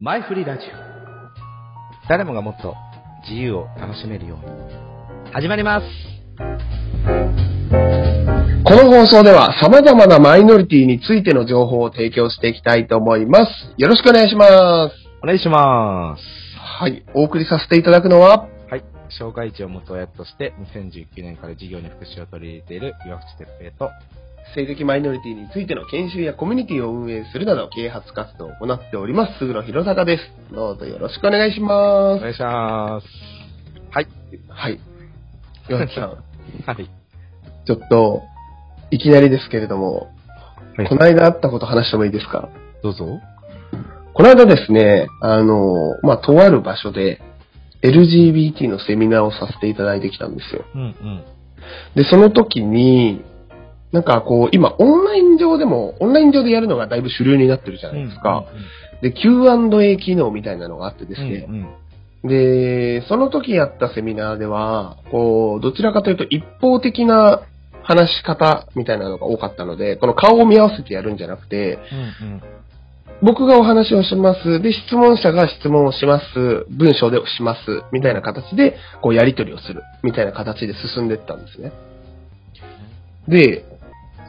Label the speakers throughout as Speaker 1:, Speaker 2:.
Speaker 1: 前振りラジオ。誰もがもっと自由を楽しめるように。始まります。
Speaker 2: この放送では様々なマイノリティについての情報を提供していきたいと思います。よろしくお願いします。
Speaker 1: お願いします。
Speaker 2: はい。お送りさせていただくのは、
Speaker 1: はい。障害児を元親として、2019年から事業に福祉を取り入れている岩淵哲平と、
Speaker 2: 性的マイノリティについての研修やコミュニティを運営するなど啓発活動を行っております、菅野弘隆です。どうぞよろしくお願いし
Speaker 1: お
Speaker 2: ま
Speaker 1: 願いします。はい。
Speaker 2: す。はい。岩崎さん、
Speaker 1: はい。
Speaker 2: ちょっと、いきなりですけれども、この間あったこと話してもいいですか
Speaker 1: どうぞ。
Speaker 2: この間ですね、あの、まあ、とある場所で、LGBT のセミナーをさせていただいてきたんですよ。
Speaker 1: うんうん。
Speaker 2: で、その時に、なんかこう、今、オンライン上でも、オンライン上でやるのがだいぶ主流になってるじゃないですか。で、Q&A 機能みたいなのがあってで
Speaker 1: です
Speaker 2: ね
Speaker 1: う。ん
Speaker 2: で、その時やったセミナーでは、こう、どちらかというと一方的な話し方みたいなのが多かったので、この顔を見合わせてやるんじゃなくて、
Speaker 1: うんうん。
Speaker 2: 僕がお話をします。で、質問者が質問をします。文章でします。みたいな形で、こう、やり取りをする。みたいな形で進んでいったんですね。で、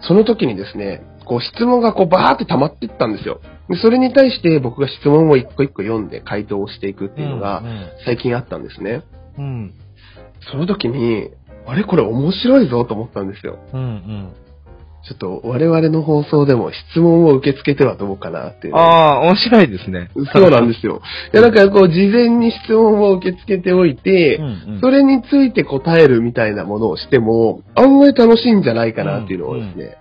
Speaker 2: その時にですね、こう、質問がこう、バーって溜まっていったんですよ。で、それに対して僕が質問を一個一個読んで回答をしていくっていうのが、最近あったんですね。
Speaker 1: うん
Speaker 2: その時に、あれこれ面白いぞと思ったんですよ。
Speaker 1: うん。うんうん。
Speaker 2: ちょっと、我々の放送でも質問を受け付けてはどうかなっていうのを
Speaker 1: ああ、面白いですね。
Speaker 2: そうなんですよ。いや、だからこう、事前に質問を受け付けておいて
Speaker 1: うん、うん。
Speaker 2: それについて答えるみたいなものをしても、案外楽しいんじゃないかなっていうのをですね、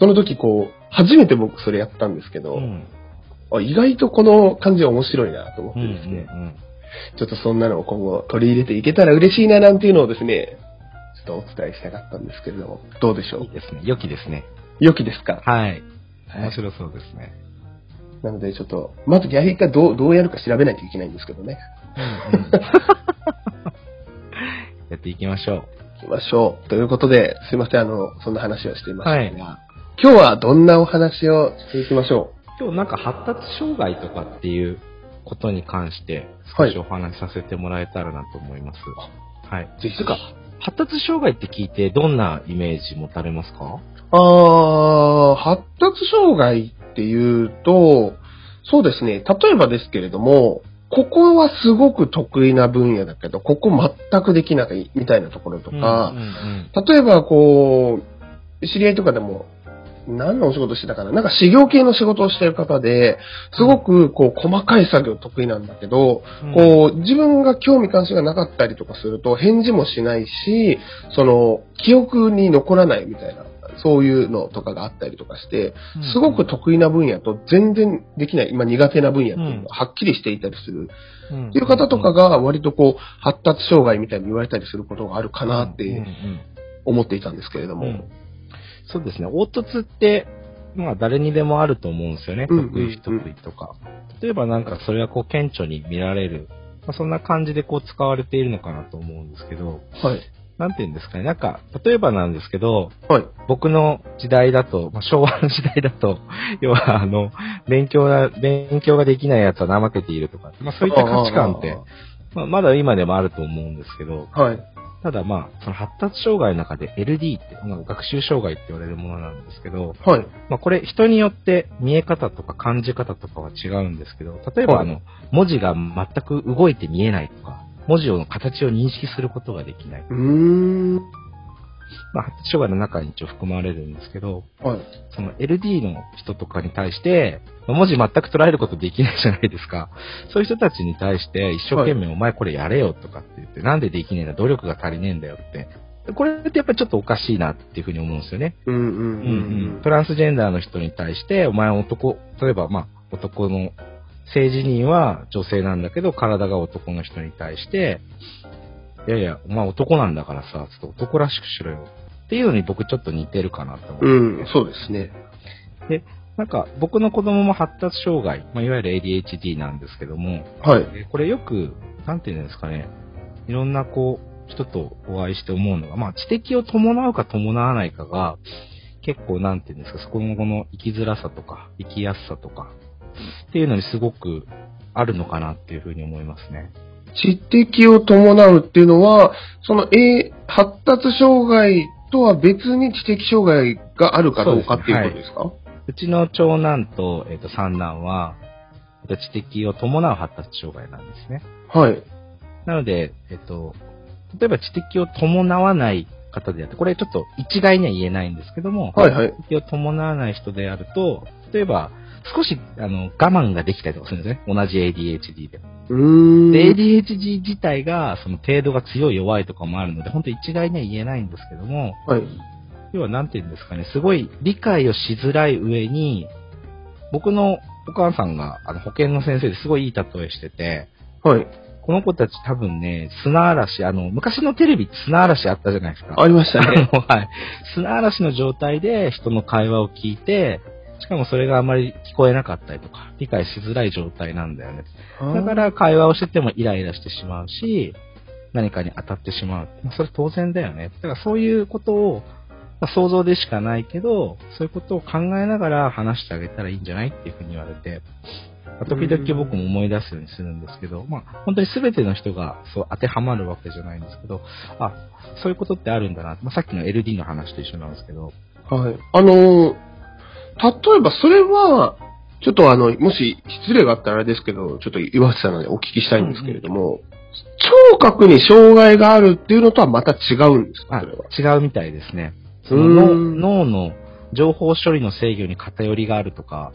Speaker 2: その時こう、初めて僕それやったんですけど、
Speaker 1: うん
Speaker 2: あ意外とこの感じは面白いなと思っ
Speaker 1: う
Speaker 2: て
Speaker 1: んう
Speaker 2: ですね、
Speaker 1: ん
Speaker 2: ちょっとそんなのを今後取り入れていけたら嬉しいななんていうのをですね、ちょっとお伝えしたかったんですけれども、どうでし
Speaker 1: うん。
Speaker 2: ょ
Speaker 1: いいですね。良きですね。
Speaker 2: う良きですか
Speaker 1: はい。
Speaker 2: は
Speaker 1: 面
Speaker 2: い。
Speaker 1: 白そうですね。
Speaker 2: なのでちょっと、まずギャリーがどう、どうやるか調べないといけないんですけどね。
Speaker 1: やっていきましょ
Speaker 2: 行きましょう。ということで、すいません、あの、そんな話をしていましたが、
Speaker 1: はい
Speaker 2: 今日はどんなお話をしていきましょ
Speaker 1: う。今日なんか発達障害とかっていうことに関して
Speaker 2: は
Speaker 1: 少
Speaker 2: い
Speaker 1: しお話しさせてもらえたらなと思います。はい。
Speaker 2: う。ぜひか。
Speaker 1: 発達障害って聞いてどんなイメージ持たれますか
Speaker 2: あー、発達障害っていうと、そうですね、例えばですけれども、ここはすごく得意な分野だけど、ここ全くできないみたいなところとか、
Speaker 1: うんうん
Speaker 2: 例えばこう、知り合いとかでも、何のお仕事してたかななんか修行系の仕事をしてる方で、すごくこう細かい作業得意なんだけど、
Speaker 1: うん
Speaker 2: こう、自分が興味関心がなかったりとかすると、返事もしないし、その、記憶に残らないみたいな、そういうのとかがあったりとかして、すごく得意な分野と全然できない、今苦手な分野っていうのがはっきりしていたりする
Speaker 1: うん
Speaker 2: っていう方とかが、割とこう、発達障害みたいに言われたりすることがあるかなっ
Speaker 1: うんう
Speaker 2: て
Speaker 1: ん
Speaker 2: 思っていたんですけれども。
Speaker 1: うんそうですね。凹凸って、まあ誰にでもあると思うんですよね。
Speaker 2: うんうんうん
Speaker 1: 得意不得意とか。例えばなんかそれはこう顕著に見られる。まあ、そんな感じでこう使われているのかなと思うんですけど、
Speaker 2: はい。
Speaker 1: なんて言うんですかね。なんか、例えばなんですけど、
Speaker 2: はい。
Speaker 1: 僕の時代だと、まあ、昭和の時代だと、 要はあの、勉強が、勉強ができないやつは怠けているとか、まあそういった価値観って、まあまだ今でもあると思うんですけど、
Speaker 2: あー。はい。
Speaker 1: ただまあ、その発達障害の中で LD って、まあ学習障害って言われるものなんですけど、
Speaker 2: はい。
Speaker 1: まあこれ人によって見え方とか感じ方とかは違うんですけど、例えば
Speaker 2: は
Speaker 1: あ
Speaker 2: い
Speaker 1: の、文字が全く動いて見えないとか、文字の形を認識することができない。
Speaker 2: うーん。
Speaker 1: まあ発達障害の中に一応含まれるんですけど、
Speaker 2: はい。
Speaker 1: その LD の人とかに対して、まあ文字全く捉えることできないじゃないですか。そういう人たちに対して、一生懸命お前これやれよとかって言って、なんでできねえんだ、努力が足りねえんだよって。これってやっぱりちょっとおかしいなっていうふうに思うんですよね。
Speaker 2: うんうんうんうん。
Speaker 1: トランスジェンダーの人に対して、お前男、例えばまあ男の、性自認は女性なんだけど、体が男の人に対して、いやいや、お前男なんだからさ、ちょっと男らしくしろよ。っていうのに僕ちょっと似てるかなと思って
Speaker 2: うん、そうですね。
Speaker 1: なんか僕の子供も発達障害、まあ、いわゆる ADHD なんですけども、
Speaker 2: はい。
Speaker 1: えこれよく、なんていうんですかね、いろんなこう、人とお会いして思うのが、まあ知的を伴うか伴わないかが、結構なんていうんですか、そこのこの生きづらさとか、生きやすさとか、っていうのにすごくあるのかなっていうふうに思いますね。
Speaker 2: 知的を伴うっていうのは、その、えー発達障害とは別に知的障害があるかどうかっていうことですか
Speaker 1: うちの長男と、えっ、と、三男は、えっと知的を伴う発達障害なんですね。
Speaker 2: はい、
Speaker 1: なので、えっ、と、例えば知的を伴わない方であって、これちょっと一概には言えないんですけども、
Speaker 2: はい、はい。
Speaker 1: 知的を伴わない人であると、例えば、少し、あの、我慢ができたりとかするんですね。同じ ADHD でも。
Speaker 2: うーん。
Speaker 1: で、ADHD 自体が、その程度が強い弱いとかもあるので、本当一概には言えないんですけども、
Speaker 2: はい。
Speaker 1: 要はなんて言うんですかね、すごい理解をしづらい上に、僕のお母さんが、あの、保健の先生ですごいいい例えしてて、
Speaker 2: はい。
Speaker 1: この子たち多分ね、砂嵐、あの、昔のテレビって砂嵐あったじゃないですか。
Speaker 2: ありましたね。
Speaker 1: あのはい。砂嵐の状態で人の会話を聞いて、しかもそれがあまり聞こえなかったりとか、理解しづらい状態なんだよね。だか、ら会話をしててもイライラしてしまうし、何かに当たってしまう。まあそれ当然だよね。だからそういうことを、まあ想像でしかないけど、そういうことを考えながら話してあげたらいいんじゃないっていうふうに言われて、まあ時々僕も思い出すようにするんですけど、まあ本当に全ての人がそう当てはまるわけじゃないんですけど、あ、そういうことってあるんだな。まあさっきの LD の話と一緒なんですけど、
Speaker 2: はい。あのー、例えばそれは、ちょっとあの、もし失礼があったらあれですけど、ちょっと岩瀬さんにお聞きしたいんですけれども、聴覚に障害があるっていうのとはまた違うんですか
Speaker 1: あ
Speaker 2: それは。
Speaker 1: 違うみたいですね。そうの
Speaker 2: ーん
Speaker 1: 脳の情報処理の制御に偏りがあるとか、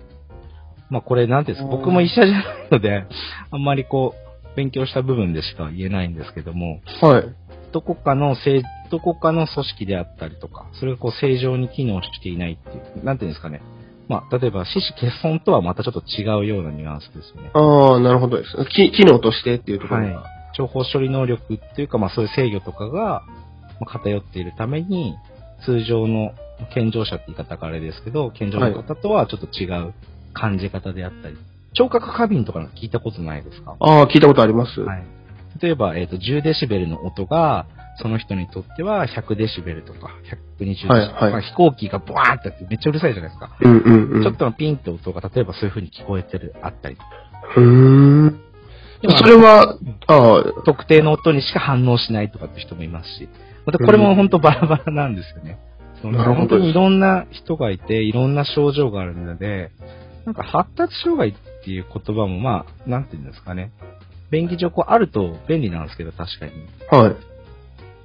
Speaker 1: まあこれなんていうんですか、
Speaker 2: うん
Speaker 1: 僕も医者じゃないので、 あんまりこう、勉強した部分でしか言えないんですけども、
Speaker 2: はい。
Speaker 1: どこかのせい、どこかの組織であったりとか、それがこう正常に機能していないっていう、なんていうんですかね。まあ、例えば、四肢欠損とはまたちょっと違うようなニュアンスですね。
Speaker 2: ああ、なるほどです。き機能としてっていうところ
Speaker 1: は
Speaker 2: が。
Speaker 1: い。情報処理能力っていうか、まあそういう制御とかがまあ偏っているために、通常の健常者って言い方があれですけど、健常の方とはちょっと違う感じ方であったり、聴覚過敏とかなんか聞いたことないですか
Speaker 2: ああ、聞いたことあります。
Speaker 1: はい。例えば、えっ、と、10デシベルの音が、その人にとっては100デシベルとか、120デシベルとか、
Speaker 2: はいはい
Speaker 1: まあ飛行機がブワーってやってめっちゃうるさいじゃないですか。
Speaker 2: うんうんうん。
Speaker 1: ちょっとのピンって音が、例えばそういう風に聞こえてる、あったりとか。
Speaker 2: うーん。
Speaker 1: でも
Speaker 2: それは、ああ、
Speaker 1: 特定の音にしか反応しないとかって人もいますし、またこれも本当バラバラなんですよね。そ
Speaker 2: な
Speaker 1: の
Speaker 2: るほど
Speaker 1: 本当にいろんな人がいて、いろんな症状があるので、なんか発達障害っていう言葉もまあ、なんていうんですかね。便宜上こうあると便利なんですけど、確かに。
Speaker 2: はい。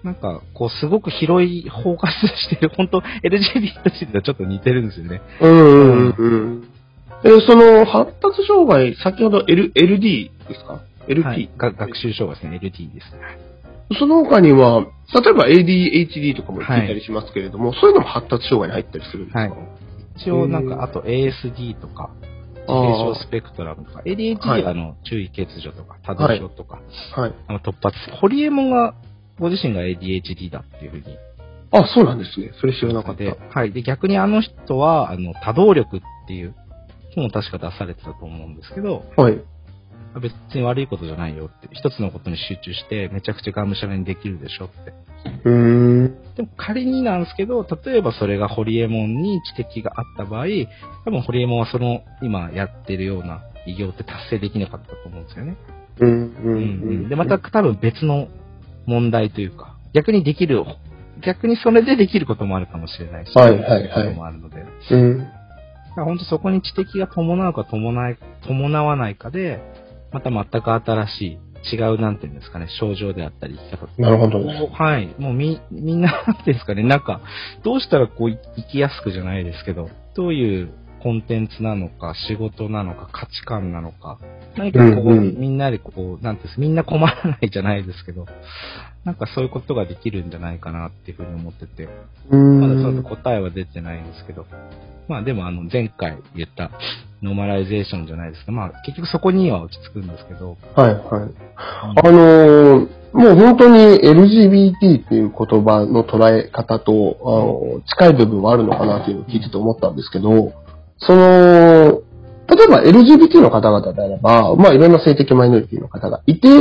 Speaker 1: なんか、こうすごく広い包括してる、本当 LGBT とちょっと似てるんですよね。
Speaker 2: うんうんうん。え、その、発達障害、先ほど L、LD ですか ?LP、
Speaker 1: はい、が学習障害ですね、LT ですね。
Speaker 2: その他には、例えば ADHD とかも聞いたりしますけれども、そういうのも発達障害に入ったりするんですか、
Speaker 1: はい一応なん
Speaker 2: うん
Speaker 1: か、あと ASD とか、
Speaker 2: あ
Speaker 1: 自閉症
Speaker 2: あ
Speaker 1: スペクトラムとか、ADHD
Speaker 2: はい
Speaker 1: があの、注意欠如とか、多動症とか、
Speaker 2: はい。
Speaker 1: あの突発、ホリエモンが、ご自身が ADHD だっていうふうに言っ
Speaker 2: あ、そうなんですね。それ知らなかって
Speaker 1: て
Speaker 2: た。、
Speaker 1: はい。で、逆にあの人は、あの、多動力っていう本を確か出されてたと思うんですけど、
Speaker 2: はい。
Speaker 1: 別に悪いことじゃないよって、一つのことに集中して、めちゃくちゃがむしゃらにできるでしょって。
Speaker 2: うーん。
Speaker 1: でも仮になんですけど、例えばそれがホリエモンに知的があった場合、多分ホリエモンはその今やってるような偉業って達成できなかったと思うんですよね。
Speaker 2: うん
Speaker 1: うん
Speaker 2: うんうん。
Speaker 1: で、また、多分別の問題というか、逆にできる、逆にそれでできることもあるかもしれないし、
Speaker 2: はいはいはい
Speaker 1: そういうこともあるので。だか
Speaker 2: うん。
Speaker 1: ら本当そこに知的が伴うか伴い伴わないかで、また全く新しい、違うなんていうんですかね、症状であったり生き方
Speaker 2: なるほどです。
Speaker 1: はい。もうみ、みんな、なんていうんですかね、なんか、どうしたらこう、い生きやすくじゃないですけど、どういうコンテンツなのか、仕事なのか、価値観なのか、何かこう、
Speaker 2: うんうん
Speaker 1: みんなでこう、なんていうんですみんな困らないじゃないですけど、なんかそういうことができるんじゃないかなっていうふうに思ってて、
Speaker 2: うー
Speaker 1: まだちょっと。
Speaker 2: ん
Speaker 1: 答えは出てないんですけど、まあでもあの、前回言った、ノーマライゼーションじゃないですか。まあ結局そこには落ち着くんですけど、
Speaker 2: はいはい。あのーもう本当に LGBT っていう言葉の捉え方と、あのー近い部分はあるのかなっていうのを聞いてて思ったんですけど、その、例えば LGBT の方々であれば、まあいろんな性的マイノリティの方がいて、え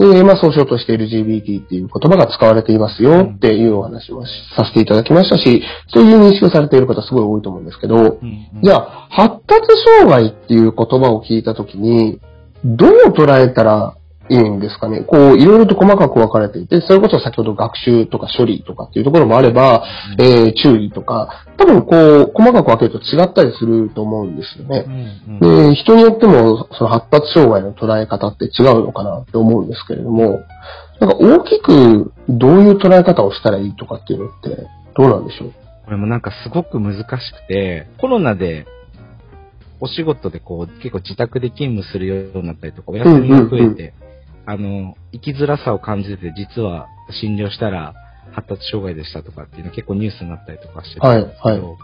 Speaker 2: ーまあ総称として LGBT っていう言葉が使われていますよっていうお話をさせていただきましたし、そういう認識をされている方すごい多いと思うんですけど、
Speaker 1: うんうん
Speaker 2: じゃあ、発達障害っていう言葉を聞いたときに、どう捉えたらいいんですかね。こう、いろいろと細かく分かれていて、それこそ先ほど学習とか処理とかっていうところもあれば、えー注意とか、多分こう、細かく分けると違ったりすると思うんですよね。
Speaker 1: うんうん
Speaker 2: で、人によっても、その発達障害の捉え方って違うのかなって思うんですけれども、なんか大きくどういう捉え方をしたらいいとかっていうのって、どうなんでしょう
Speaker 1: これもなんかすごく難しくて、コロナでお仕事でこう結構自宅で勤務するようになったりとか、お休みが増
Speaker 2: うんう
Speaker 1: え
Speaker 2: んう
Speaker 1: て、あの、生きづらさを感じてて、実は診療したら発達障害でしたとかっていうの結構ニュースになったりとかしてたんですけど、
Speaker 2: はいは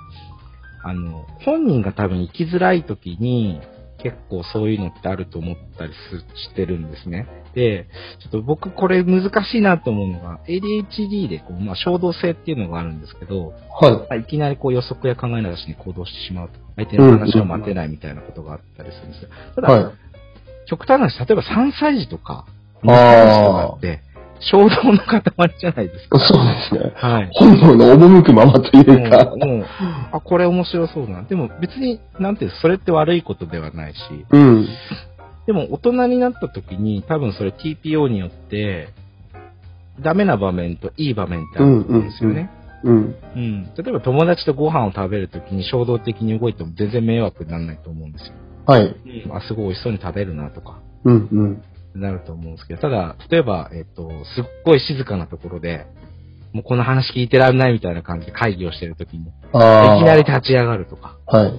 Speaker 1: あの、本人が多分生きづらい時に結構そういうのってあると思ったりすしてるんですね。で、ちょっと僕これ難しいなと思うのが、ADHD でこう、まあ、衝動性っていうのがあるんですけど、
Speaker 2: はい。
Speaker 1: いきなりこう予測や考えなしに行動してしまうと、相手の話を待てないみたいなことがあったりするんですよ。ただ、
Speaker 2: はい。
Speaker 1: 極端な話、例えば3歳児とか、
Speaker 2: あー
Speaker 1: 2歳児とかって、衝動の塊じゃないですか。
Speaker 2: そうですね。
Speaker 1: はい。
Speaker 2: 本能の赴くままと
Speaker 1: も
Speaker 2: いうか
Speaker 1: う、、もうあ、これ面白そうだな。でも別に、なんていうのそれって悪いことではないし、
Speaker 2: うん。
Speaker 1: でも大人になった時に、多分それ TPO によって、ダメな場面といい場面ってあると思うんですよね。
Speaker 2: うんうん
Speaker 1: う
Speaker 2: うん。
Speaker 1: ん。例えば友達とご飯を食べるときに衝動的に動いても全然迷惑にならないと思うんですよ。
Speaker 2: はい。
Speaker 1: あ、すごい美味しそうに食べるなとか、
Speaker 2: うんうん。
Speaker 1: なると思うんですけど、ただ、例えば、えっと、すっごい静かなところで、もうこの話聞いてられないみたいな感じで会議をしてるときに、い
Speaker 2: ああ。
Speaker 1: きなり立ち上がるとか、
Speaker 2: はい。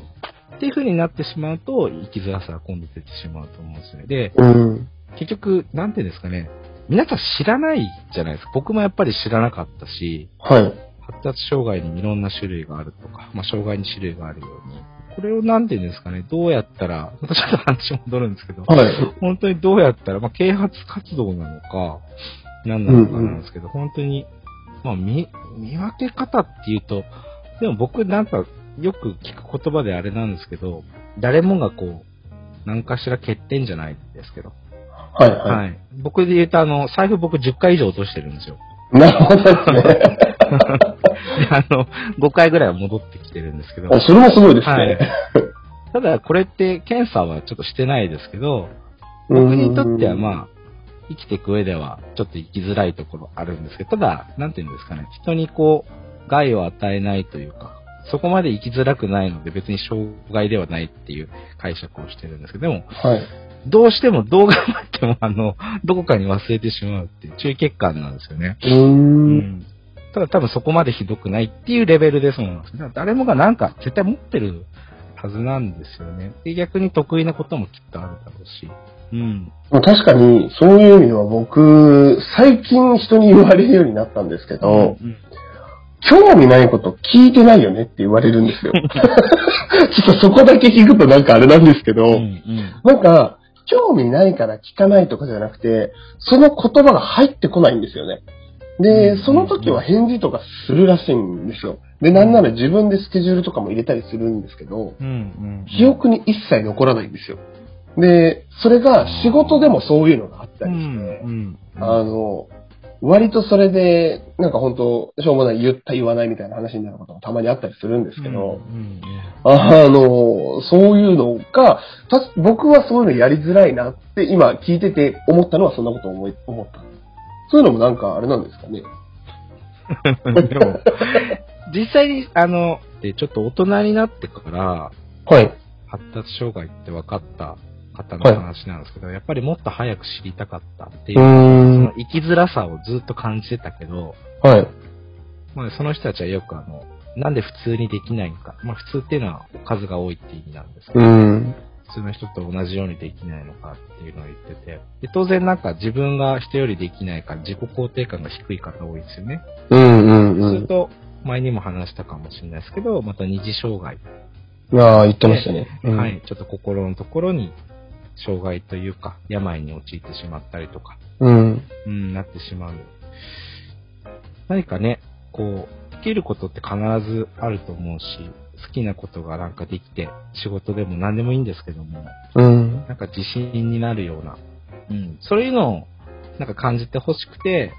Speaker 1: っていう風になってしまうと、生きづらさが今度出てしまうと思うんですよね。で、
Speaker 2: うん。
Speaker 1: 結局、なんていうんですかね、皆さん知らないじゃないですか。僕もやっぱり知らなかったし、
Speaker 2: はい。
Speaker 1: 発達障害にもいろんな種類があるとか、まあ、障害に種類があるように、これをなんていうんですかね、どうやったら、またちょっと話戻るんですけど、
Speaker 2: はい。
Speaker 1: 本当にどうやったら、まあ、啓発活動なのか、何なのかなんですけど、本当に、まあ、見、見分け方っていうと、でも僕なんかよく聞く言葉であれなんですけど、誰もがこう、何かしら欠点じゃないですけど、
Speaker 2: はい。
Speaker 1: はい。
Speaker 2: は
Speaker 1: 僕で言うと、あの、財布僕10回以上落としてるんですよ。
Speaker 2: い。なるほどですね。
Speaker 1: であの、5回ぐらいは戻ってきてるんですけど、
Speaker 2: あそれもすごいです
Speaker 1: はい
Speaker 2: ね。
Speaker 1: ただこれって検査はちょっとしてないですけど、
Speaker 2: うん
Speaker 1: 僕にとってはまあ、生きていく上ではちょっと生きづらいところあるんですけど、ただ、なんていうんですかね、人にこう、害を与えないというか、そこまで生きづらくないので別に障害ではないっていう解釈をしてるんですけど、でも、
Speaker 2: はい。
Speaker 1: どうしてもどう頑張ってもあの、どこかに忘れてしまうっていう注意欠陥なんですよね。
Speaker 2: うーん。
Speaker 1: ただ多分そこまでひどくないっていうレベルでそうなんですね。だから誰もがなんか絶対持ってるはずなんですよね。で、逆に得意なこともきっとあるだろうし。うん。
Speaker 2: まあ確かに、そういう意味では僕、最近人に言われるようになったんですけど、
Speaker 1: うん
Speaker 2: 興味ないこと聞いてないよねって言われる んですよ。ちょっとそこだけ聞くとなんかあれなんですけど、
Speaker 1: うんうん
Speaker 2: なんか、興味ないから聞かないとかじゃなくて、その言葉が入ってこないんですよね。
Speaker 1: う
Speaker 2: で
Speaker 1: ん、
Speaker 2: その時は返事とかするらしいんですよ。で、なんなら自分でスケジュールとかも入れたりするんですけど、
Speaker 1: うんうん。
Speaker 2: 記憶に一切残らないんですよ。で、それが仕事でもそういうのがあった
Speaker 1: う
Speaker 2: り
Speaker 1: ん
Speaker 2: して、
Speaker 1: うん。
Speaker 2: あの、割とそれで、なんか本当、しょうもない言った言わないみたいな話になることもたまにあったりするんですけど、
Speaker 1: うん
Speaker 2: あの、そういうのが、た僕はそういうのやりづらいなって今聞いてて思ったのはそんなこと思い思った。そういうのもなんかあれなんですかね。
Speaker 1: うん。でも、実際に、あの、でちょっと大人になってから、
Speaker 2: はい。
Speaker 1: 発達障害って分かった方の話なんですけど、やっぱりもっと早く知りたかったっていう、その
Speaker 2: ん。
Speaker 1: 生きづらさをずっと感じてたけど、
Speaker 2: はい。
Speaker 1: まあ、その人たちはよくあの、なんで普通にできないのか。まあ、普通っていうのは数が多いって意味なんですけど、
Speaker 2: ん。
Speaker 1: 普通の人と同じようにできないのかっていうのを言ってて。で、当然なんか自分が人よりできないから自己肯定感が低い方多いですよね。
Speaker 2: うんう
Speaker 1: そうする。と、前にも話したかもしれないですけど、また二次障害。
Speaker 2: ああ、言ってましたね。
Speaker 1: は。い。ちょっと心のところに、障害というか、病に陥ってしまったりとか、
Speaker 2: うん。
Speaker 1: うん、なってしまう。何かね、こう、できることって必ずあると思うし、好きなことがなんかできて、仕事でも何でもいいんですけども、
Speaker 2: うん。
Speaker 1: なんか自信になるような、うん、そういうのをなんか感じてほしくて、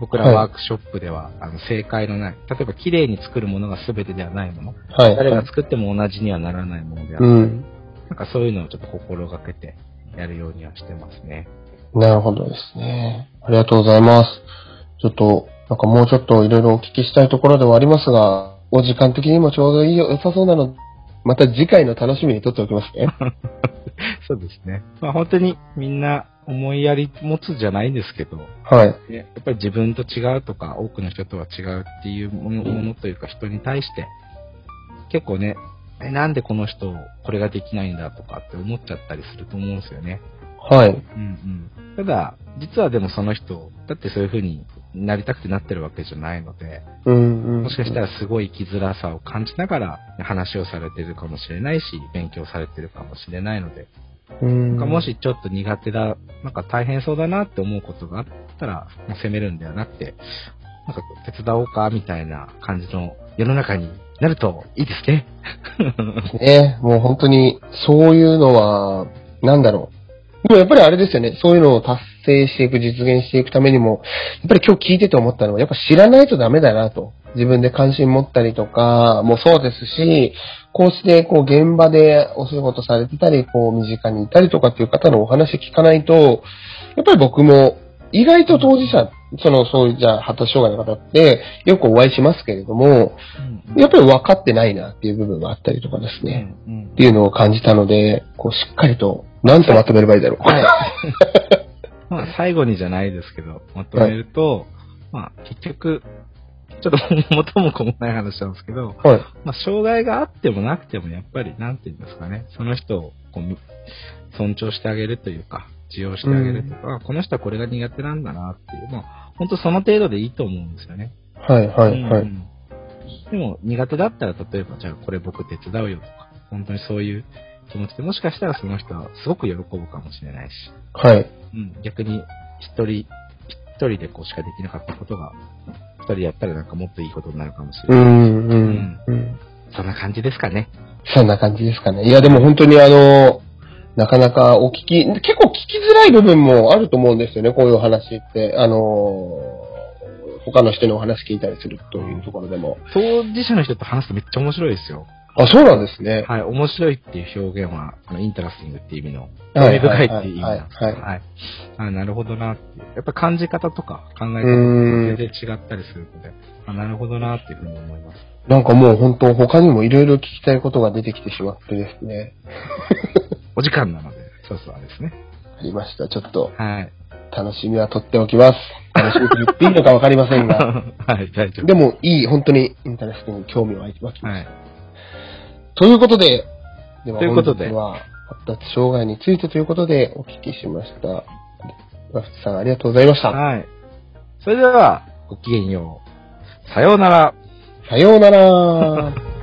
Speaker 1: 僕ら
Speaker 2: はい
Speaker 1: ワークショップでは、あの、正解のない、例えば綺麗に作るものが全てではないもの、
Speaker 2: はい。
Speaker 1: 誰が作っても同じにはならないものである、
Speaker 2: うん。
Speaker 1: なんかそういうのをちょっと心がけて、やるようにはしてますね。
Speaker 2: なるほどですね。ありがとうございます。ちょっと、なんかもうちょっといろいろお聞きしたいところではありますが、お時間的にもちょうどいいよ、良さそうなので、また次回の楽しみにとっておきますね。
Speaker 1: そうですね。まあ本当にみんな思いやり持つじゃないんですけど、
Speaker 2: はい。
Speaker 1: ねやっぱり自分と違うとか、多くの人とは違うっていうものものというか、人に対して、結構ね、えなんでこの人、これができないんだとかって思っちゃったりすると思うんですよね。
Speaker 2: はい。
Speaker 1: うんうん。ただ、実はでもその人、だってそういう風になりたくてなってるわけじゃないので、
Speaker 2: うんうん。
Speaker 1: もしかしたらすごい生きづらさを感じながら話をされてるかもしれないし、勉強されてるかもしれないので、
Speaker 2: うん、
Speaker 1: もしちょっと苦手だ、なんか大変そうだなって思うことがあったら、もう責めるんではなくて、なんか手伝おうかみたいな感じの世の中になるといいですね。
Speaker 2: ね、もう本当に、そういうのは、なんだろう。でもやっぱりあれですよね、そういうのを達成していく、実現していくためにも、やっぱり今日聞いてて思ったのは、やっぱ知らないとダメだなと。自分で関心持ったりとかもそうですし、こうして、こう、現場でお仕事されてたり、こう、身近にいたりとかっていう方のお話聞かないと、やっぱり僕も、意外と当事者、その、そういう、じゃあ、発達障害の方って、よくお会いしますけれども、やっぱり分かってないなっていう部分があったりとかですね。
Speaker 1: うんうん
Speaker 2: っていうのを感じたので、こうしっかりと、なんてまとめればいいだろう。
Speaker 1: まあ、最後にじゃないですけど、まとめると、まあ、結局、ちょっと元も子もない話なんですけど、
Speaker 2: はい。
Speaker 1: まあ、障害があってもなくても、やっぱり、なんて言うんですかね、その人をこうみ尊重してあげるというか、受容してあげるとか、あこの人はこれが苦手なんだなっていう、まあ、本当その程度でいいと思うんですよね。
Speaker 2: はい、はい、は
Speaker 1: う
Speaker 2: い。
Speaker 1: んでも、苦手だったら、例えば、じゃあこれ僕手伝うよとか、本当にそういう気持ちで、もしかしたらその人はすごく喜ぶかもしれないし、
Speaker 2: はい。
Speaker 1: うん、逆に一人、一人でこうしかできなかったことが、二人でやったらなんかもっといいことになるかもしれ
Speaker 2: う
Speaker 1: ない。
Speaker 2: ん、うん、うん。
Speaker 1: そんな感じですかね。
Speaker 2: そんな感じですかね。いや、でも本当にあの、なかなかお聞き、結構聞きづらい部分もあると思うんですよね、こういうお話って。あの、他の人のお話聞いたりするというところでも。
Speaker 1: 当事者の人と話すとめっちゃ面白いですよ。
Speaker 2: あ、そうなんですね。
Speaker 1: はい、面白いっていう表現は、あの、インタラスティングっていう意味の、興
Speaker 2: は
Speaker 1: 味
Speaker 2: い
Speaker 1: 深いっていう意味なんですけど、
Speaker 2: は
Speaker 1: はいい
Speaker 2: はい
Speaker 1: あ、なるほどなっていう。やっぱ感じ方とか考え
Speaker 2: う
Speaker 1: 方が
Speaker 2: ー
Speaker 1: 全
Speaker 2: ん。
Speaker 1: 然違ったりするので、あ、なるほどなっていうふうに思います。
Speaker 2: なんかもう本当他にもいろいろ聞きたいことが出てきてしまってですね。
Speaker 1: お時間なので、そうそうあれですね。
Speaker 2: ありました。ちょっと
Speaker 1: はい。
Speaker 2: 楽しみはとっておきます。楽しみと言っていいのかわかりませ んが。
Speaker 1: はい、大丈夫。
Speaker 2: でも、いい、本当にインタレスティング、興味は湧きました。
Speaker 1: はい。
Speaker 2: ということで、では
Speaker 1: ということで
Speaker 2: 本日は発達障害についてということでお聞きしました。ラフさん、ありがとうございました。
Speaker 1: はい。それでは、ごきげんよう。さようなら。
Speaker 2: さようなら。